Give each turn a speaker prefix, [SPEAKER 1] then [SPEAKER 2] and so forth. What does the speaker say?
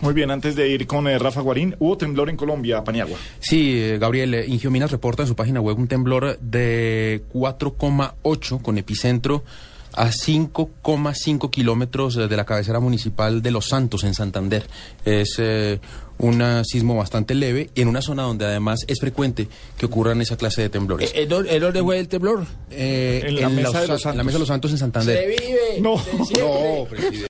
[SPEAKER 1] Muy bien, antes de ir con eh, Rafa Guarín, hubo temblor en Colombia, Paniagua.
[SPEAKER 2] Sí, eh, Gabriel, eh, Ingiominas reporta en su página web un temblor de 4,8 con epicentro a 5,5 kilómetros eh, de la cabecera municipal de Los Santos, en Santander. Es eh, un eh, sismo bastante leve en una zona donde además es frecuente que ocurran esa clase de temblores.
[SPEAKER 3] ¿En dónde en dónde eh, fue el temblor?
[SPEAKER 2] Eh,
[SPEAKER 1] en la mesa de Los
[SPEAKER 2] en la mesa de Los Santos en Santander.
[SPEAKER 3] vive!
[SPEAKER 1] No.
[SPEAKER 3] se siente.
[SPEAKER 2] No, presidente.